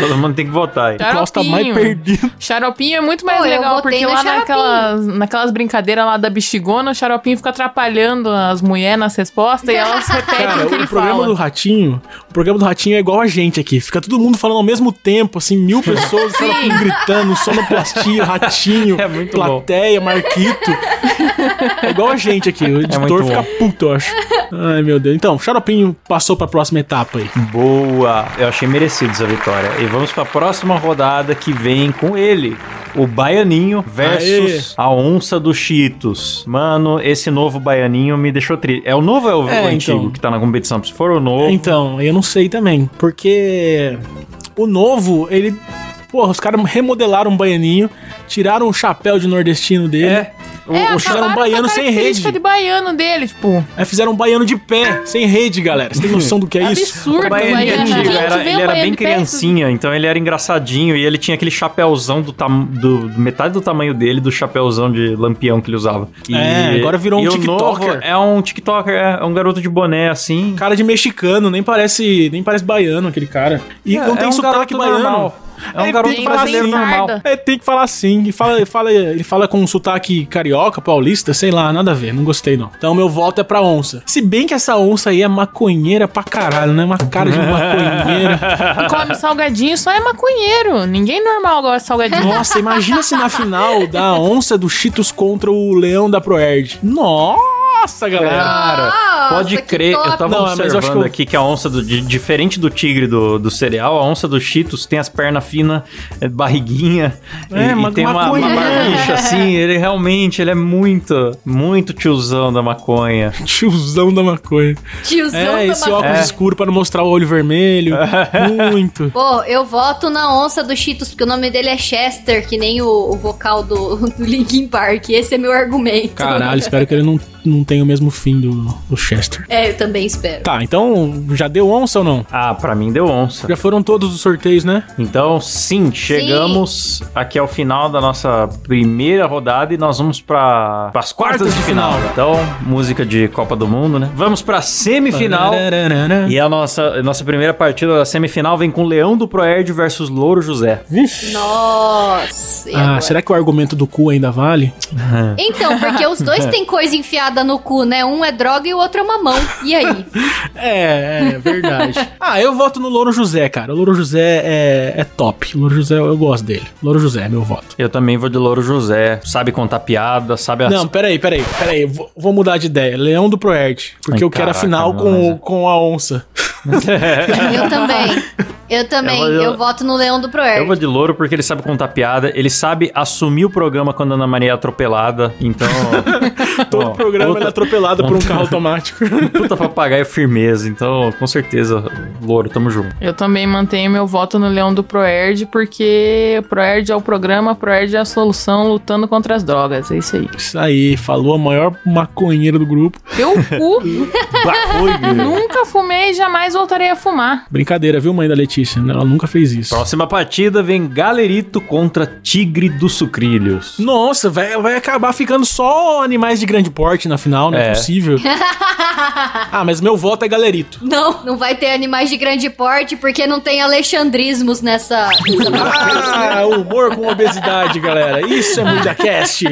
A: Todo mundo tem que votar aí.
B: O Klaus tá mais
C: Xaropinho.
B: perdido.
C: Xaropinho é muito mais
D: Pô, eu
C: legal,
D: votei
C: porque
D: no
C: lá
D: xaropinho.
C: naquelas, naquelas brincadeiras lá da bexigona, o xaropinho fica atrapalhando as mulheres nas respostas e elas repetem
B: Cara,
C: o tá que ele
B: o programa
C: fala.
B: do Ratinho, o programa do Ratinho é igual a gente aqui. Fica todo mundo falando ao mesmo tempo, assim, mil pessoas, o Xaropinho gritando, sonoplastia, Ratinho,
A: É muito bom.
B: plateia, Marquito. É igual a gente aqui, o editor
A: muito
B: fica puto, eu acho. Ai, meu Deus. Então, Xaropinho passou pra próxima etapa aí.
A: Boa! Eu achei merecido essa vitória. E vamos pra próxima rodada que vem com ele. O Baianinho versus a Onça dos Cheetos. Mano, esse novo Baianinho me deixou triste. É o novo ou é o
B: É,
A: antigo
B: então.
A: que tá na competição? Se for o novo,
B: Então, eu não sei também, porque o novo, ele... Porra, os caras remodelaram um baianinho, tiraram o chapéu de nordestino dele.
A: É.
B: o, o- fizeram um
C: acabaram com a
B: baiano sem rede.
C: característica de baiano dele, tipo,
B: Aí fizeram um baiano de pé, sem rede, galera. Você tem noção do que é isso?
C: absurdo.
A: o Baianinho
C: baiano.
A: antigo,
C: Gente,
A: era,
C: vê
A: ele
C: o
A: era
C: baiano
A: bem
C: de perto.
A: criancinha, então ele era engraçadinho e ele tinha aquele chapéuzão do, tam, do do- metade do tamanho dele, do chapéuzão de lampião que ele usava. E-
B: É, agora virou um
A: e o
B: tiktoker.
A: novo É um tiktoker, é, é um garoto de boné assim.
B: Cara de mexicano, nem parece, nem parece baiano aquele cara. E
A: É,
B: não tem
A: é um
B: sotaque
A: garoto
B: baiano.
A: normal. É um
B: Ele
A: garoto
B: tem que falar
A: brasileiro
B: assim,
A: normal.
C: sarda.
B: É, tem que falar assim. E fala, ele, fala, ele fala com um sotaque carioca, paulista, sei lá, nada a ver. Não gostei, não. Então, meu voto é pra onça. Se bem que essa onça aí é maconheira pra caralho, né? Uma cara de maconheira.
C: E come salgadinho, só é maconheiro. Ninguém é normal gosta de salgadinho.
B: Nossa, imagina se na final da onça do Cheetos contra o leão da Proerd. Nossa, galera.
D: Ah.
A: Cara,
D: Nossa,
A: pode
D: que
A: crer,
D: top.
A: eu tava
B: Não, mas eu acho
A: observando
B: que eu-
A: aqui que a onça, do, di- diferente do tigre do, do cereal, a onça do Cheetos tem as pernas finas, é, barriguinha,
B: É,
A: e,
B: uma-
A: e tem uma,
B: maconha.
A: uma barbicha assim, ele realmente, ele é muito, muito tiozão da maconha.
B: Tiozão da maconha.
D: Tiozão
B: É,
D: da
B: esse
D: maconha.
B: óculos
A: É.
B: escuro pra não mostrar o olho vermelho. Muito.
D: Pô, eu voto na onça do Cheetos, porque o nome dele é Chester, que nem o, o vocal do, do Linkin Park. Esse é meu argumento.
B: Caralho, espero que ele não, não tenha o mesmo fim do, do Chester.
D: É, eu também espero.
B: Tá, então já deu onça ou não?
A: Ah, pra mim deu onça.
B: Já foram todos os sorteios, né?
A: Então, sim, chegamos aqui ao final da nossa primeira rodada e nós vamos para as quartas de final. Então, música de Copa do Mundo, né? Vamos pra semifinal.
B: Tarararara.
A: E a nossa, a nossa primeira partida da semifinal vem com Leão do Proerd versus Louro José.
D: Nossa. e
B: Ah,
D: agora?
B: será que o argumento do cu ainda vale?
D: Então, porque os dois têm coisa enfiada no cu, né? Um é droga e o outro é mamão. E aí?
B: É, é verdade. ah, eu voto no Louro José, cara. O Louro José é, é top. O Louro José, eu gosto dele. Louro José é meu voto.
A: Eu também vou de Louro José. Sabe contar piada, sabe as...
B: Não, peraí, peraí, peraí. Vou, vou mudar de ideia. Leão do Proerd. Porque
A: Ai,
B: eu quero a
A: caraca,
B: final
A: não,
B: com,
A: mas é.
B: com a onça.
D: Eu também. Eu também.
A: Eu
D: Eu,
A: vou-
D: voto no Leão do Proer.
A: Eu vou de Louro porque ele sabe contar piada, ele sabe assumir o programa quando a Ana Maria é atropelada. Então,
B: Todo
A: Ó,
B: programa
A: outra-
B: ele é atropelado por um carro automático.
A: puta papagaio firmeza. Então, com certeza, Louro, tamo junto.
C: Eu também mantenho meu voto no Leão do Proerd, porque o Proerd é o programa, o Proerd é a solução lutando contra as drogas. É isso aí.
B: Isso aí, falou a maior maconheira do grupo.
C: Teu cu, nunca fumei e jamais voltarei a fumar.
B: Brincadeira, viu, mãe da Letícia? Ela nunca fez isso.
A: Próxima partida vem Galerito contra Tigre dos Sucrilhos.
B: Nossa, vai, vai acabar ficando só animais de grande porte na final, não é,
A: É.
B: possível. ah, mas meu voto é galerito.
D: Não, não vai ter animais de grande porte, porque não tem alexandrismos nessa.
B: Ah, humor com obesidade, galera. Isso é MuidaCast.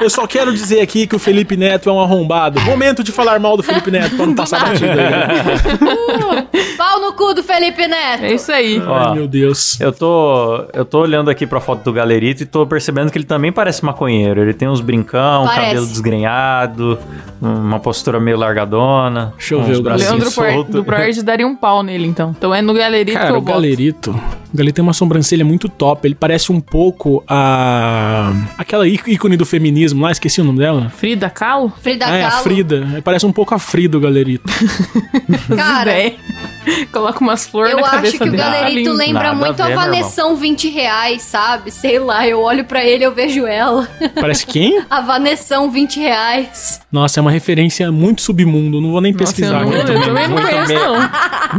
B: Eu só quero dizer aqui que o Felipe Neto é um arrombado. Momento de falar mal do Felipe Neto pra não passar batido aí. né? galera.
D: Pau no cu do Felipe
C: É
D: Neto.
C: isso aí.
A: Ó.
B: Ai, meu Deus.
A: Eu tô, eu tô olhando aqui pra foto do galerito e tô percebendo que ele também parece maconheiro. Ele tem uns brincão, um
D: Parece.
A: cabelo desgrenhado, uma postura meio largadona.
B: Deixa eu
A: uns
B: ver o
A: bracinhos
C: Leandro Proer-
A: soltos.
C: do Proerd daria um pau nele, então. Então é no galerito que
B: Cara,
C: eu
B: o
C: voto.
B: Galerito. O Galerito tem uma sobrancelha muito top. Ele parece um pouco a. Aquela í- ícone do feminismo lá, esqueci o nome dela.
C: Frida Kahlo?
D: Frida
B: Ah, é, a
D: Kahlo.
B: Frida. Ele Parece um pouco a Frida, o Galerito. É,
D: Cara,
C: Zé. Coloca umas flores
D: Eu
C: na
D: acho
C: cabeça
D: que o
C: dele.
D: galerito
C: Tá lindo.
D: lembra
A: Nada a
D: muito a,
A: ver, né,
D: Vanessão 20 reais, sabe? Sei lá, eu olho pra ele, eu vejo ela.
B: Parece quem?
D: A Vanessão 20 reais.
B: Nossa, é uma referência muito submundo. Não vou nem
C: Nossa, eu,
B: pesquisar.
C: não,
B: né?
C: eu também não
A: Muito
C: conheço,
A: mesmo.
C: não.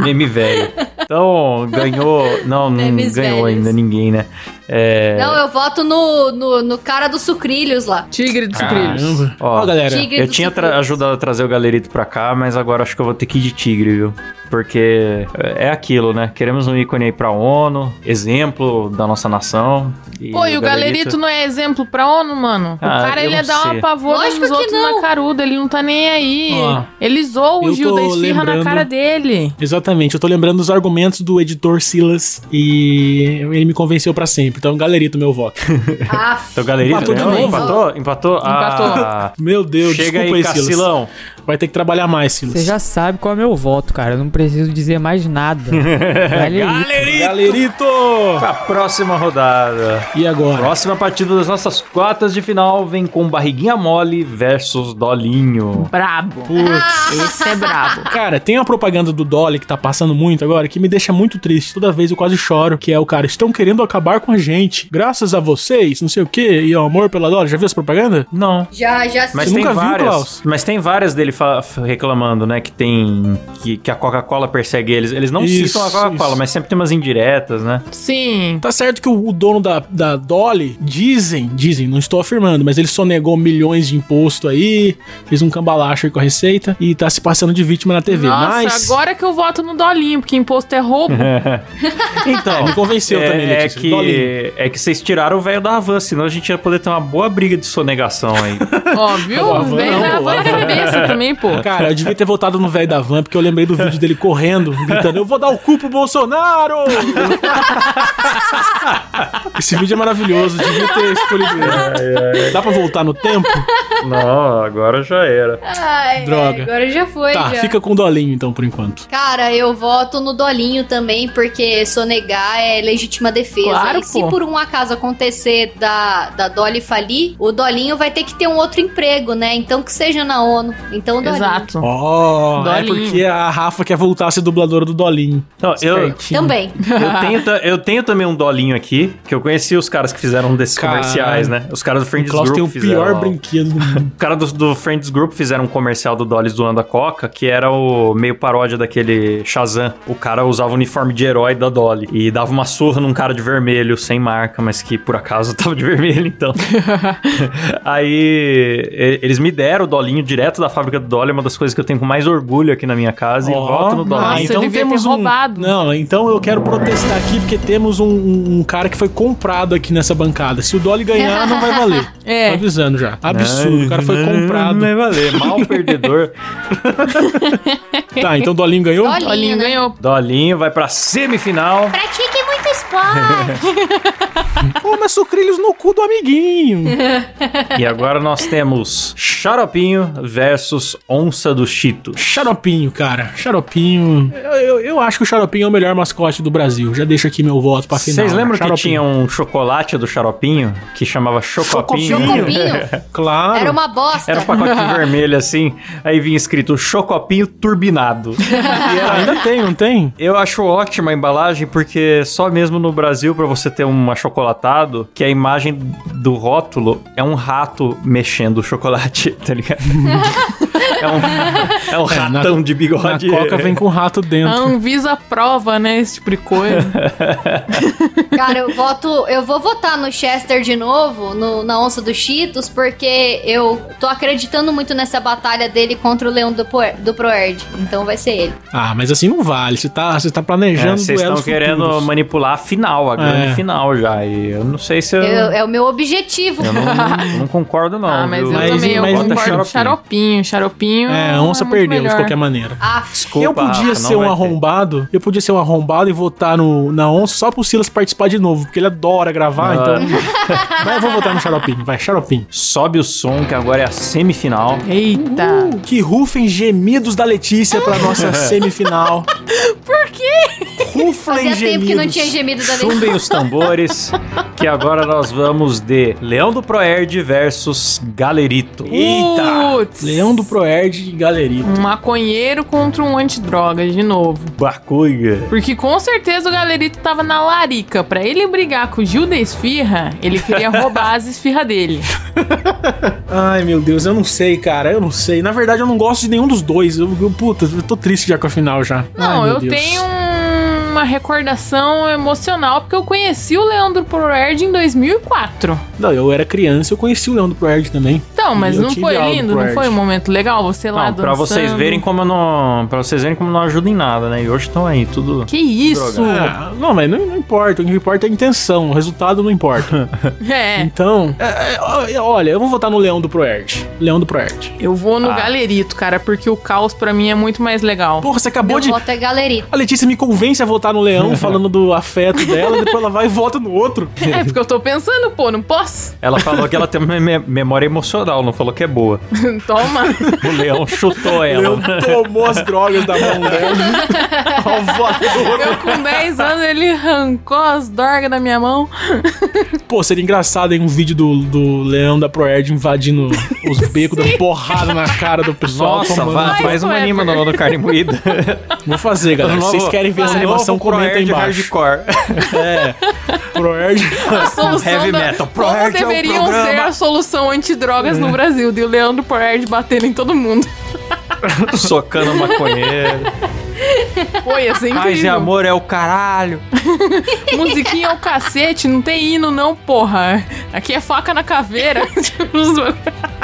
A: Meme velho. Então, ganhou. Não, não
D: Memes
A: ganhou
D: velhos.
A: ainda ninguém, né? É,
D: Não, eu voto no, no, no cara dos sucrilhos lá.
C: Tigre dos sucrilhos.
B: Caramba.
A: Ó,
B: Ó, galera.
D: Tigre
A: eu
D: do
A: tinha tra-
D: sucrilhos.
A: ajudado a trazer o galerito pra cá, mas agora acho que eu vou ter que ir de tigre, viu? Porque é é aquilo, né? Queremos um ícone aí pra ONU, exemplo da nossa nação.
C: Pô, e o galerito não é exemplo pra ONU, mano?
A: Ah,
C: o cara,
A: eu
C: ele ia
A: não
C: dar
A: sei.
C: uma pavor
D: Lógico
C: nos
D: que
C: outros
D: não.
C: na caruda, ele não tá nem aí.
B: Ó,
C: ele zoou
B: eu
C: o Gil
B: tô
C: da esfirra
B: lembrando-
C: na cara dele.
B: Exatamente, eu tô lembrando dos argumentos do editor Silas e ele me convenceu pra sempre. sempre, então galerito meu voto.
D: Ah,
A: Então, galeria,
B: Empatou de
A: não,
B: novo?
A: empatou? Empatou? Ah,
B: Meu Deus,
A: Chega
B: desculpa
A: aí,
B: aí, Silas.
A: Cacilão.
B: Vai ter que trabalhar mais, Silas.
G: Você já sabe qual é meu voto, cara. Eu não preciso dizer mais nada. Galera,
A: Galeria!
B: Galerito!
A: Pra próxima rodada.
B: E agora?
A: Próxima partida das nossas quartas de final vem com Barriguinha Mole versus Dolinho.
C: Brabo.
B: Putz.
C: Esse é brabo.
B: Cara, tem uma propaganda do Dolly que tá passando muito agora que me deixa muito triste. Toda vez eu quase choro, que é o cara, estão querendo acabar com a gente. Graças a vocês, não sei o quê, e ao amor pela Dolly. Já viu essa propaganda?
A: Não.
D: já, já
A: Mas
B: Você
A: tem
B: nunca viu,
A: várias.
B: Klaus?
A: mas tem várias dele fa- f- reclamando, né? Que tem. Que, que a Coca-Cola persegue eles. Eles não
B: Isso,
A: citam a Coca-Cola,
B: isso.
A: mas sempre tem umas indiretas, né?
C: Sim.
B: Tá certo que o, o dono da, da Dolly, dizem, dizem, não estou afirmando, mas ele sonegou milhões de imposto aí, fez um cambalacho aí com a receita e tá se passando de vítima na TV.
C: Nossa,
B: mas
C: agora que eu voto no Dolinho, porque imposto é roubo.
A: Então.
B: me convenceu
A: é,
B: também,
A: é
B: Letícia. Dolinho.
A: que, é que vocês tiraram o velho da Havan, senão a gente ia poder ter uma boa briga de sonegação aí.
C: Ó, viu?
B: O Havan
C: Vem
B: não,
C: na
B: o
C: van
B: Havan.
C: cabeça também, pô.
B: Cara, eu devia ter voltado no velho da van, porque eu lembrei do vídeo dele correndo, gritando: Eu vou dar o cu pro Bolsonaro! Esse vídeo é maravilhoso, devia ter escolhido ele. Dá pra voltar no tempo?
A: não, agora já era.
D: Ai,
B: Droga.
D: ai, É, agora já foi,
B: Tá,
D: já.
B: fica com o Dolinho então, por enquanto.
D: Cara, eu voto no Dolinho também, porque sonegar é legítima defesa.
C: Claro,
D: e se
C: pô.
D: por um acaso acontecer da, da Dolly falir, o Dolinho vai ter que ter um outro emprego, né? Então que seja na ONU. Então, Dolinho.
C: Exato.
B: Ó, é
C: Dolinho.
B: porque a Rafa quer voltar a ser dubladora do Dolinho.
A: Não, Então, eu,
C: Certinho.
D: Também.
A: Eu tenho, ta- eu tenho também um dolinho aqui, que eu conheci os caras que fizeram um desses
B: Caralho.
A: comerciais, né? Os caras do
B: O
A: Friends
B: Klaus
A: Group
B: tem o
A: fizeram.
B: pior
A: lá.
B: brinquedo do mundo.
A: O cara do, do Friends Group fizeram um comercial do Dolis doando a Coca, que era o meio paródia daquele Shazam. O cara usava o uniforme de herói da Dolly e dava uma surra num cara de vermelho, sem marca, mas que por acaso tava de vermelho, então. Aí e- eles me deram o Dolinho direto da fábrica do Dolly, é uma das coisas que eu tenho com mais orgulho aqui na minha casa, e
B: Ó,
A: voto no
C: nossa,
A: Dolinho.
C: ele devia ter roubado.
B: Então um- Não, então eu quero protestar aqui porque temos um, um- um cara que foi comprado aqui nessa bancada. Se o Dolly ganhar, não vai valer.
C: É.
B: Tô avisando já. Absurdo, o cara foi comprado.
A: Não vai valer, mal perdedor.
B: Tá, então o Dolinho ganhou?
D: Dolinho,
C: Dolinho
D: né?
C: ganhou.
A: Dolinho vai pra semifinal.
D: Pratique muito esporte.
B: Toma sucrilhos no cu do amiguinho.
A: e agora nós temos Xaropinho versus Onça do Chito.
B: Xaropinho, cara. Xaropinho. Eu, eu- eu acho que o Xaropinho é o melhor mascote do Brasil. Já deixo aqui meu voto pra final. né?
A: Vocês lembram que
B: Xaropinho.
A: tinha um chocolate do Xaropinho que chamava Chocopinho?
D: Chocopinho.
B: Claro.
D: Era uma bosta.
A: Era um pacotinho vermelho assim, aí vinha escrito Chocopinho Turbinado.
B: E era- é. Ainda tem, não tem?
A: Eu acho ótima a embalagem porque só mesmo no Brasil pra você ter um achocolatado, que é a imagem do rótulo é um rato mexendo o chocolate, tá ligado? é um, é um
B: É, na-
A: ratão de
B: Na
A: bigode. É,
B: coca vem com o rato
C: A
B: dentro.
C: Anvisa prova, né? Esse tipo de coisa.
D: Cara, eu voto. Eu vou votar no Chester de novo, no- na onça do Cheetos, porque eu tô acreditando muito nessa batalha dele contra o leão do, Poer- do Proerd. Então vai ser ele.
B: Ah, mas assim não vale. Você tá, você tá
A: É,
B: planejando
A: vocês estão
B: duelos
A: querendo
B: futuros.
A: manipular a final, a grande
B: É.
A: final já. E eu não sei se eu.
D: Eu-
A: eu
D: é o meu objetivo.
A: não, eu não concordo, não.
C: ah, mas eu
A: viu?
B: Mas-
C: também. Eu
B: mas não
C: concordo com o
A: tem xaropinho.
C: xaropinho. Xaropinho.
B: É, onça
C: muito
B: perdeu de
C: melhor.
B: qualquer maneira.
D: Ah,
A: Desculpa,
B: eu podia
A: Rafa, não
B: ser um
A: vai ter.
B: arrombado, eu podia ser um arrombado e votar no, na onça só pro Silas participar de novo, porque ele adora gravar,
A: Ah.
B: então. Mas eu vou votar no Xaropinho, vai, Xaropinho.
A: Sobe o som, que agora é a semifinal.
D: Tá.
C: Eita.
B: Uh, Que rufem gemidos da Letícia pra nossa semifinal.
C: Por quê?
B: Rufem
D: fazia
B: gemidos.
D: tempo que não tinha gemido da Letícia.
A: Chumbem os tambores, que agora nós vamos de Leão do Proerd versus Galerito.
C: Uh,
B: Eita!
C: Putz.
B: Leão do Proerd e Galerito.
C: Um maconheiro contra um antidroga, de novo.
A: Bacuga.
C: Porque com certeza o galerito tava na larica. Pra ele brigar com o Gil da Esfirra, ele queria roubar as esfirras dele.
B: Ai, meu Deus, eu não sei, cara, eu não sei. Na verdade, eu não gosto de nenhum dos dois. Eu, eu- puta, eu tô triste já com a final já.
C: Não,
B: Ai, meu
C: eu
B: Deus.
C: tenho um- uma recordação emocional, porque eu conheci o Leandro Proerd em 2004.
B: Não, eu era criança, eu conheci o Leão do Proerd também.
C: Então, mas
B: Eu
C: não
B: tive
C: foi
B: aula
C: lindo,
B: pro
C: não
B: Ed.
C: foi um momento legal? Você lá
A: Não,
C: dançando.
A: pra vocês verem como eu não. Pra vocês verem como não ajuda em nada, né? E hoje estão aí, tudo.
C: Que isso?
B: Ah, não, mas não, não importa. O que importa é a intenção. O resultado não importa.
C: É,
B: Então, é, é, olha, eu vou votar no Leão do Proerd. Leão do Proerd.
C: eu vou no
A: Ah.
C: galerito, cara, porque o caos pra mim é muito mais legal.
B: Porra, você acabou
D: Meu
B: de.
D: voto é galerito.
B: A Letícia me convence a votar no Leão, falando do afeto dela, depois ela vai e vota no outro.
C: É, porque eu tô pensando, pô, não posso?
A: Ela falou que ela tem uma me- memória emocional, não falou que é boa.
C: Toma.
A: O leão chutou
C: É
B: O Leão
A: ela.
B: tomou as drogas da mão dela. Ó, voto no outro.
C: Eu com 10 anos, ele arrancou as dorgas da minha mão.
B: Pô, seria engraçado hein, um vídeo do, do Leão da Proerd invadindo os becos, dando porrada na cara do pessoal.
A: Nossa,
B: tomando-
A: vá,
C: Vai,
A: faz uma
C: Kleber.
A: anima no do carne moída.
B: Vou fazer, galera. Se vocês querem ver essa animação, comenta aí embaixo.
A: Hardcore.
B: É. Proerd.
C: A solução
A: Heavy
C: da...
A: metal. Proerd é
C: Como
A: o
C: deveriam
A: programa. É.
C: ser a solução antidrogas no Brasil? De o Leandro Proerd batendo em todo mundo.
A: Socando maconheiro.
C: Pô, ia ser incrível.
A: Paz e amor é o caralho.
C: Musiquinha é o cacete, não tem hino não, porra. Aqui é faca na caveira. Tipo,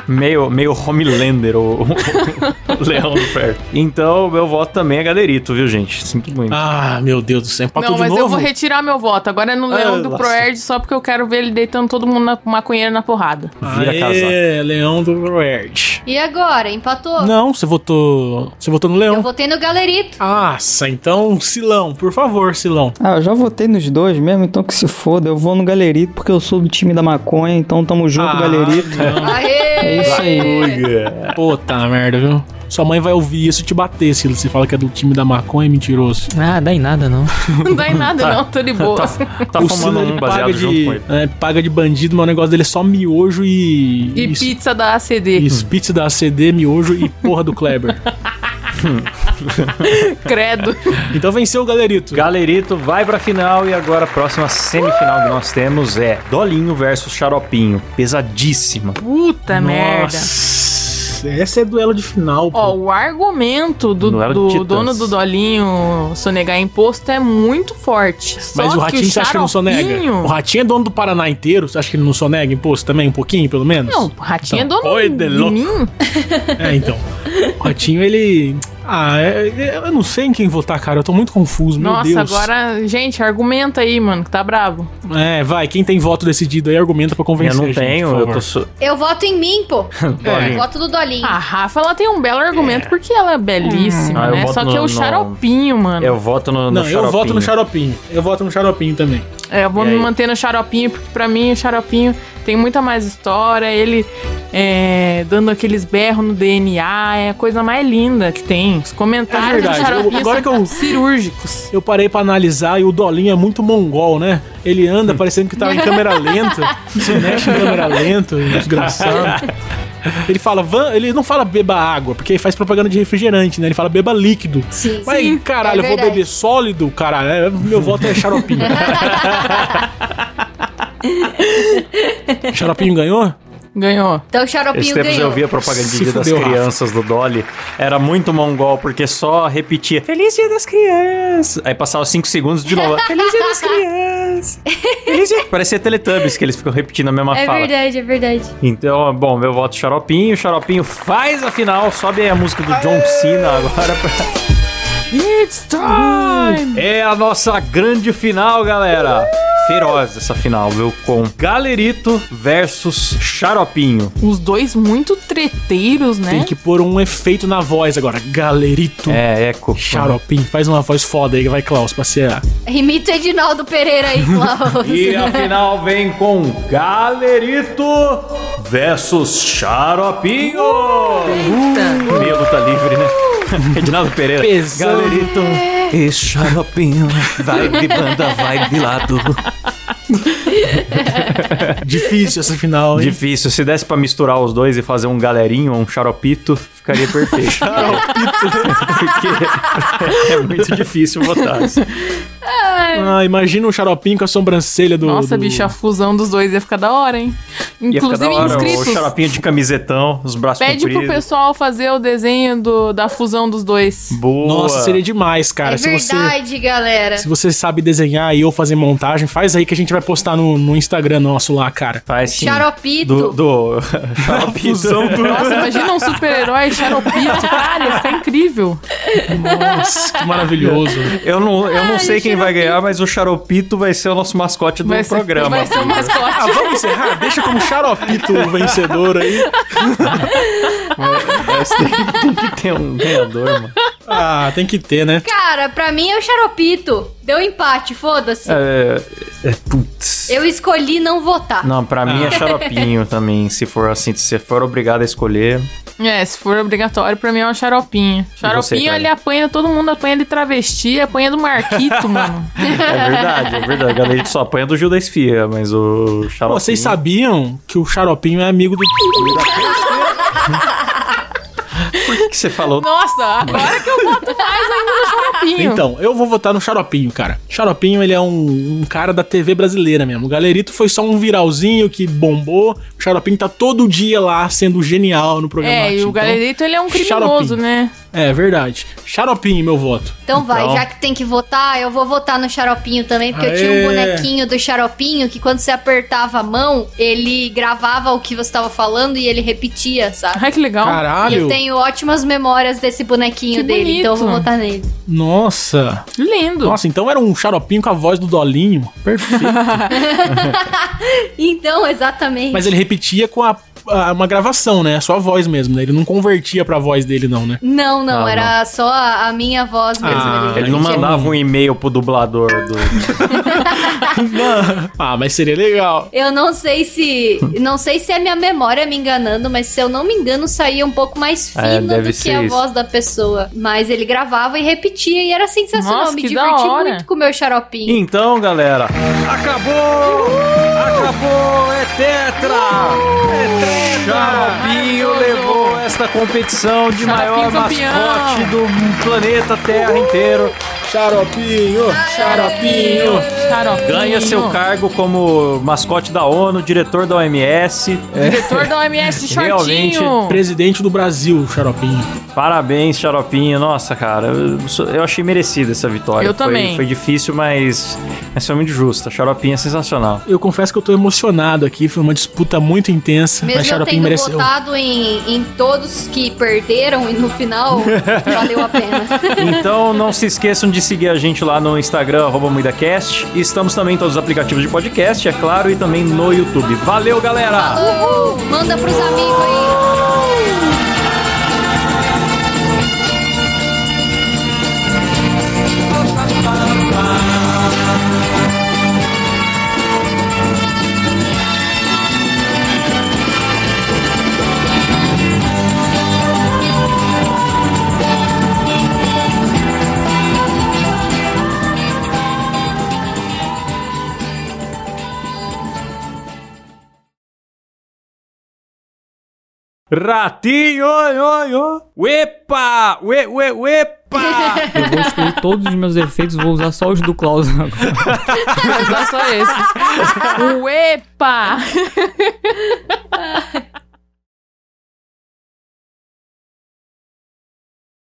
A: Meio, meio Homelander, o, o- o leão do ferro. Então, meu voto também é galerito, viu, gente? Sinto muito.
B: Ah, meu Deus do céu. Empatou
C: não,
B: de
C: mas
B: novo?
C: eu vou retirar meu voto. Agora é no Leão do
A: nossa.
C: Proerd só porque eu quero ver ele deitando todo mundo na maconheira na porrada.
A: Vira casaco.
B: É, Leão do Proerd.
D: E agora? Empatou?
B: Não, você votou. Você votou no
D: Eu
B: Leão.
D: votei no galerito.
B: Nossa, então, Silão, por favor, Silão.
E: Ah, eu já votei nos dois mesmo, então que se foda. Eu vou no galerito porque eu sou do time da maconha, então tamo junto,
B: Ah,
E: galerito. É
D: Aê!
E: isso aí.
B: Puta merda, viu? Sua mãe vai ouvir isso e te bater, Silo. Você fala que é do time da maconha, mentiroso.
G: Ah, dá em nada não.
C: Não dá em nada não, tô de boa.
A: Tá fumando
B: Silo, ele
A: um baseado
B: paga
A: junto
B: de,
A: com ele.
B: é, paga de bandido, mas o negócio dele é só miojo e.
C: E
B: isso.
C: pizza da ACD.
B: Isso, pizza da CD, miojo e porra do Kleber.
C: Credo.
B: Então venceu o galerito.
A: Galerito vai pra final e agora a próxima semifinal que nós temos é Dolinho versus Xaropinho. Pesadíssima.
C: Puta merda.
B: Nossa, essa é duelo de final,
C: Ó,
B: pô.
C: o argumento do,
A: Não era
C: do
A: Titãs.
C: dono do Dolinho sonegar imposto é muito forte. Só
B: Mas o Ratinho,
C: que o
B: você acha que não sonega?
C: Xaropinho-
B: O Ratinho é dono do Paraná inteiro, você acha que ele não sonega imposto também, um pouquinho, pelo menos?
C: Não, o Ratinho
B: Então,
C: é dono
H: Oi,
C: de
H: de louco.
C: mim.
B: É, então. O Ratinho, ele... Ah, é- é- eu não sei em quem votar, cara, eu tô muito confuso, meu
C: Nossa,
B: Deus.
C: agora, gente, argumenta aí, mano, que tá bravo.
B: É, vai, quem tem voto decidido aí, argumenta pra
A: Eu
B: convencer
A: não
B: a gente,
A: tenho,
B: por
A: eu
B: favor.
A: tô. Su... É.
D: Eu voto em mim, pô. Eu voto no Dolinho.
B: Ah,
C: A Rafa, ela tem um belo argumento porque ela é belíssima,
A: Ah, eu
C: né?
A: voto
C: Só que
A: no-
C: é o
A: no-
C: xaropinho, mano.
A: Eu voto no, no
B: Não, eu voto no
A: Xaropinho.
B: Xaropinho. Eu voto no Xaropinho também.
C: É, eu vou
A: E
C: me
A: aí?
C: manter no xaropinho, porque pra mim o xaropinho tem muita mais história. Ele é, dando aqueles berros no DNA é a coisa mais linda que tem. Os
B: É
C: comentários do
B: verdade, eu-
C: xaropinho
B: agora
C: são
B: que eu-
C: cirúrgicos.
B: Eu parei pra analisar e o Dolinho é muito mongol, né? Ele anda parecendo que tá em câmera lenta, se mexe em câmera lenta, um desgraçado. Ele fala, "Van-" ele não fala beba água, porque ele faz propaganda de refrigerante, né? Ele fala beba líquido.
D: Sim,
B: Mas
D: sim.
B: caralho,
D: é
B: eu vou
D: verdade.
B: beber sólido, caralho. É, Meu voto é xaropinho. xaropinho ganhou?
C: Ganhou.
D: Então o Xaropinho
A: Esses tempos eu
D: ganhou.
A: vi a propagandinha
B: Se
A: das
B: fudeu, Rafa.
A: crianças do Dolly. Era muito mongol, porque só repetia Feliz Dia das Crianças. Aí passava 5 segundos de novo. Feliz Dia das Crianças. Feliz Dia... Parecia Teletubbies que eles ficam repetindo a mesma
D: É
A: fala.
D: verdade, é verdade.
A: Então, bom, meu voto xaropinho. Xaropinho faz a final. Sobe aí a música do John Cena agora pra...
C: It's time!
A: É a nossa grande final, galera. Feroz essa final, viu? Com Galerito versus Xaropinho.
C: Os dois muito treteiros, né?
B: Tem que pôr um efeito na voz agora. Galerito.
A: É, eco.
B: Xaropinho. Faz uma voz foda aí, vai, Klaus, pra ser a-
D: Imita o Edinaldo Pereira aí, Klaus.
A: E a final vem com Galerito versus Xaropinho. Uh, meia luta livre, né? Edinaldo Pereira.
B: Pesou.
A: Galerito
C: É.
A: e Xaropinho. Vai de banda, vai de lado.
B: Difícil essa final, hein?
A: Difícil. Se desse pra misturar os dois e fazer um galerinho ou um xaropito, ficaria perfeito. xaropito. Porque é muito difícil votar. assim.
B: Ah, imagina um xaropinho com a sobrancelha do.
C: Nossa,
B: do...
C: bicho, é a fusão dos dois ia ficar da hora, hein?
A: Ia ficar
C: Inclusive,
A: da hora, o
C: inscritos.
A: xaropinho de camisetão, os braços
C: Pede pro
A: compridos.
C: pessoal fazer o desenho do- da fusão dos dois.
A: Boa.
B: Nossa, seria demais, cara.
D: é
B: se você.
D: verdade, galera.
B: Se você sabe desenhar e eu fazer montagem, faz aí que a gente vai postar no, no Instagram nosso lá, cara.
A: Faz sim.
D: Xaropito.
A: Do, do... xaropito.
B: Fusão do-
C: Nossa, imagina um super-herói xaropito. Cara, ia ficar é incrível.
B: Nossa, que maravilhoso.
A: Eu não, eu não
D: Ai,
A: sei quem vai
D: xaropito.
A: ganhar, mas o xaropito vai ser o nosso mascote do
C: Vai ser,
A: Um programa. assim, né?
C: vai ser o mascote.
B: Ah, vamos encerrar? Deixa como xaropito o vencedor aí.
A: Mas tem, tem que ter um ganhador, mano.
B: Ah, tem que ter, né?
D: Cara, pra mim é o xaropito. Deu empate, foda-se.
A: É, é, putz.
D: Eu escolhi não votar.
A: Não, pra mim
B: Ah.
A: é xaropinho também, se for assim, se você for obrigado a escolher.
C: É, se for obrigatório, pra mim é um xaropinho.
A: você,
C: Xaropinho,
A: Karen?
C: ele apanha, todo mundo apanha de travesti, apanha do Marquito, mano.
A: É verdade, é verdade. A galera só apanha do Gil da Esfia, mas o
B: Pô,
A: xaropinho...
B: vocês sabiam que o xaropinho é amigo do.
A: por que que você falou?
C: Nossa, agora que eu boto mais ainda no xaropinho.
B: Então, eu vou votar no Xaropinho, cara. Xaropinho, ele é um, um cara da TV brasileira mesmo. O Galerito foi só um viralzinho que bombou. O Xaropinho tá todo dia lá sendo genial no programa.
C: é,
A: então.
C: e o Galerito, ele é um criminoso,
B: xaropinho.
C: né?
B: É, verdade. Xaropinho, meu voto.
D: Então vai,
A: Então.
D: já que tem que votar, eu vou votar no xaropinho também, porque eu
B: Aê!
D: tinha um bonequinho do xaropinho que quando você apertava a mão, ele gravava o que você tava falando e ele repetia, sabe?
C: Ai, que legal.
D: E eu
B: Caralho.
D: tenho ótimas memórias desse bonequinho
C: Que
D: dele, então eu vou
C: bonito.
D: votar nele.
B: Nossa.
C: Lindo.
B: Nossa, então era um xaropinho com a voz do Dolinho. Perfeito.
D: Então, exatamente.
B: Mas ele repetia com a, a- uma gravação, né? Só a voz mesmo, né? Ele não convertia pra voz dele, não, né?
D: Não, não,
A: Não,
D: era só a a minha voz mesmo.
B: Ah,
A: Ele não
D: repetia.
A: mandava um e-mail pro dublador do...
B: Ah, mas seria legal.
D: Eu não sei se. Não sei se é minha memória me enganando, mas se eu não me engano, saía um pouco mais fino
A: É, deve
D: do que
A: ser
D: a
A: isso.
D: voz da pessoa. Mas ele gravava e repetia e era sensacional.
C: Nossa,
D: me
C: que da
D: diverti
C: hora.
D: muito com o meu xaropinho.
A: Então, galera, acabou! Acabou! É tetra! É tetra! Xaropinho
C: Maravilhoso!
A: levou esta competição de
C: Xaropinho
A: maior
C: campeão!
A: mascote do planeta Terra inteiro.
B: Xaropinho,
A: Tá
B: xaropinho.
C: Xaropinho.
A: Ganha seu cargo como mascote da ONU, diretor da OMS.
C: Diretor da OMS de
A: Realmente,
C: shortinho.
B: Presidente do Brasil, xaropinho.
A: É, Parabéns, Xaropinho. Nossa, cara, eu, sou- eu achei merecida essa vitória.
C: Eu
A: Foi-
C: também.
A: Foi difícil, mas, mas foi muito justa. Xaropinho é sensacional.
B: Eu confesso que eu tô emocionado aqui, foi uma disputa muito intensa, mas
D: Mesmo eu
B: Xaropinho
D: tendo
B: mereceu.
D: votado em, em todos que perderam e no final valeu a pena.
A: Então não se esqueçam de seguir a gente lá no Instagram, arroba MuidaCast. E Estamos também em todos os aplicativos de podcast, é claro, e também no YouTube. Valeu, galera!
D: Uhul! Manda pros amigos aí.
A: Ratinho! Oi, oi, oi. Epa! Ue, ue, uepa!
G: Eu vou excluir todos os meus efeitos, vou usar só os do Klaus agora.
C: Mas não só esse. Uepa!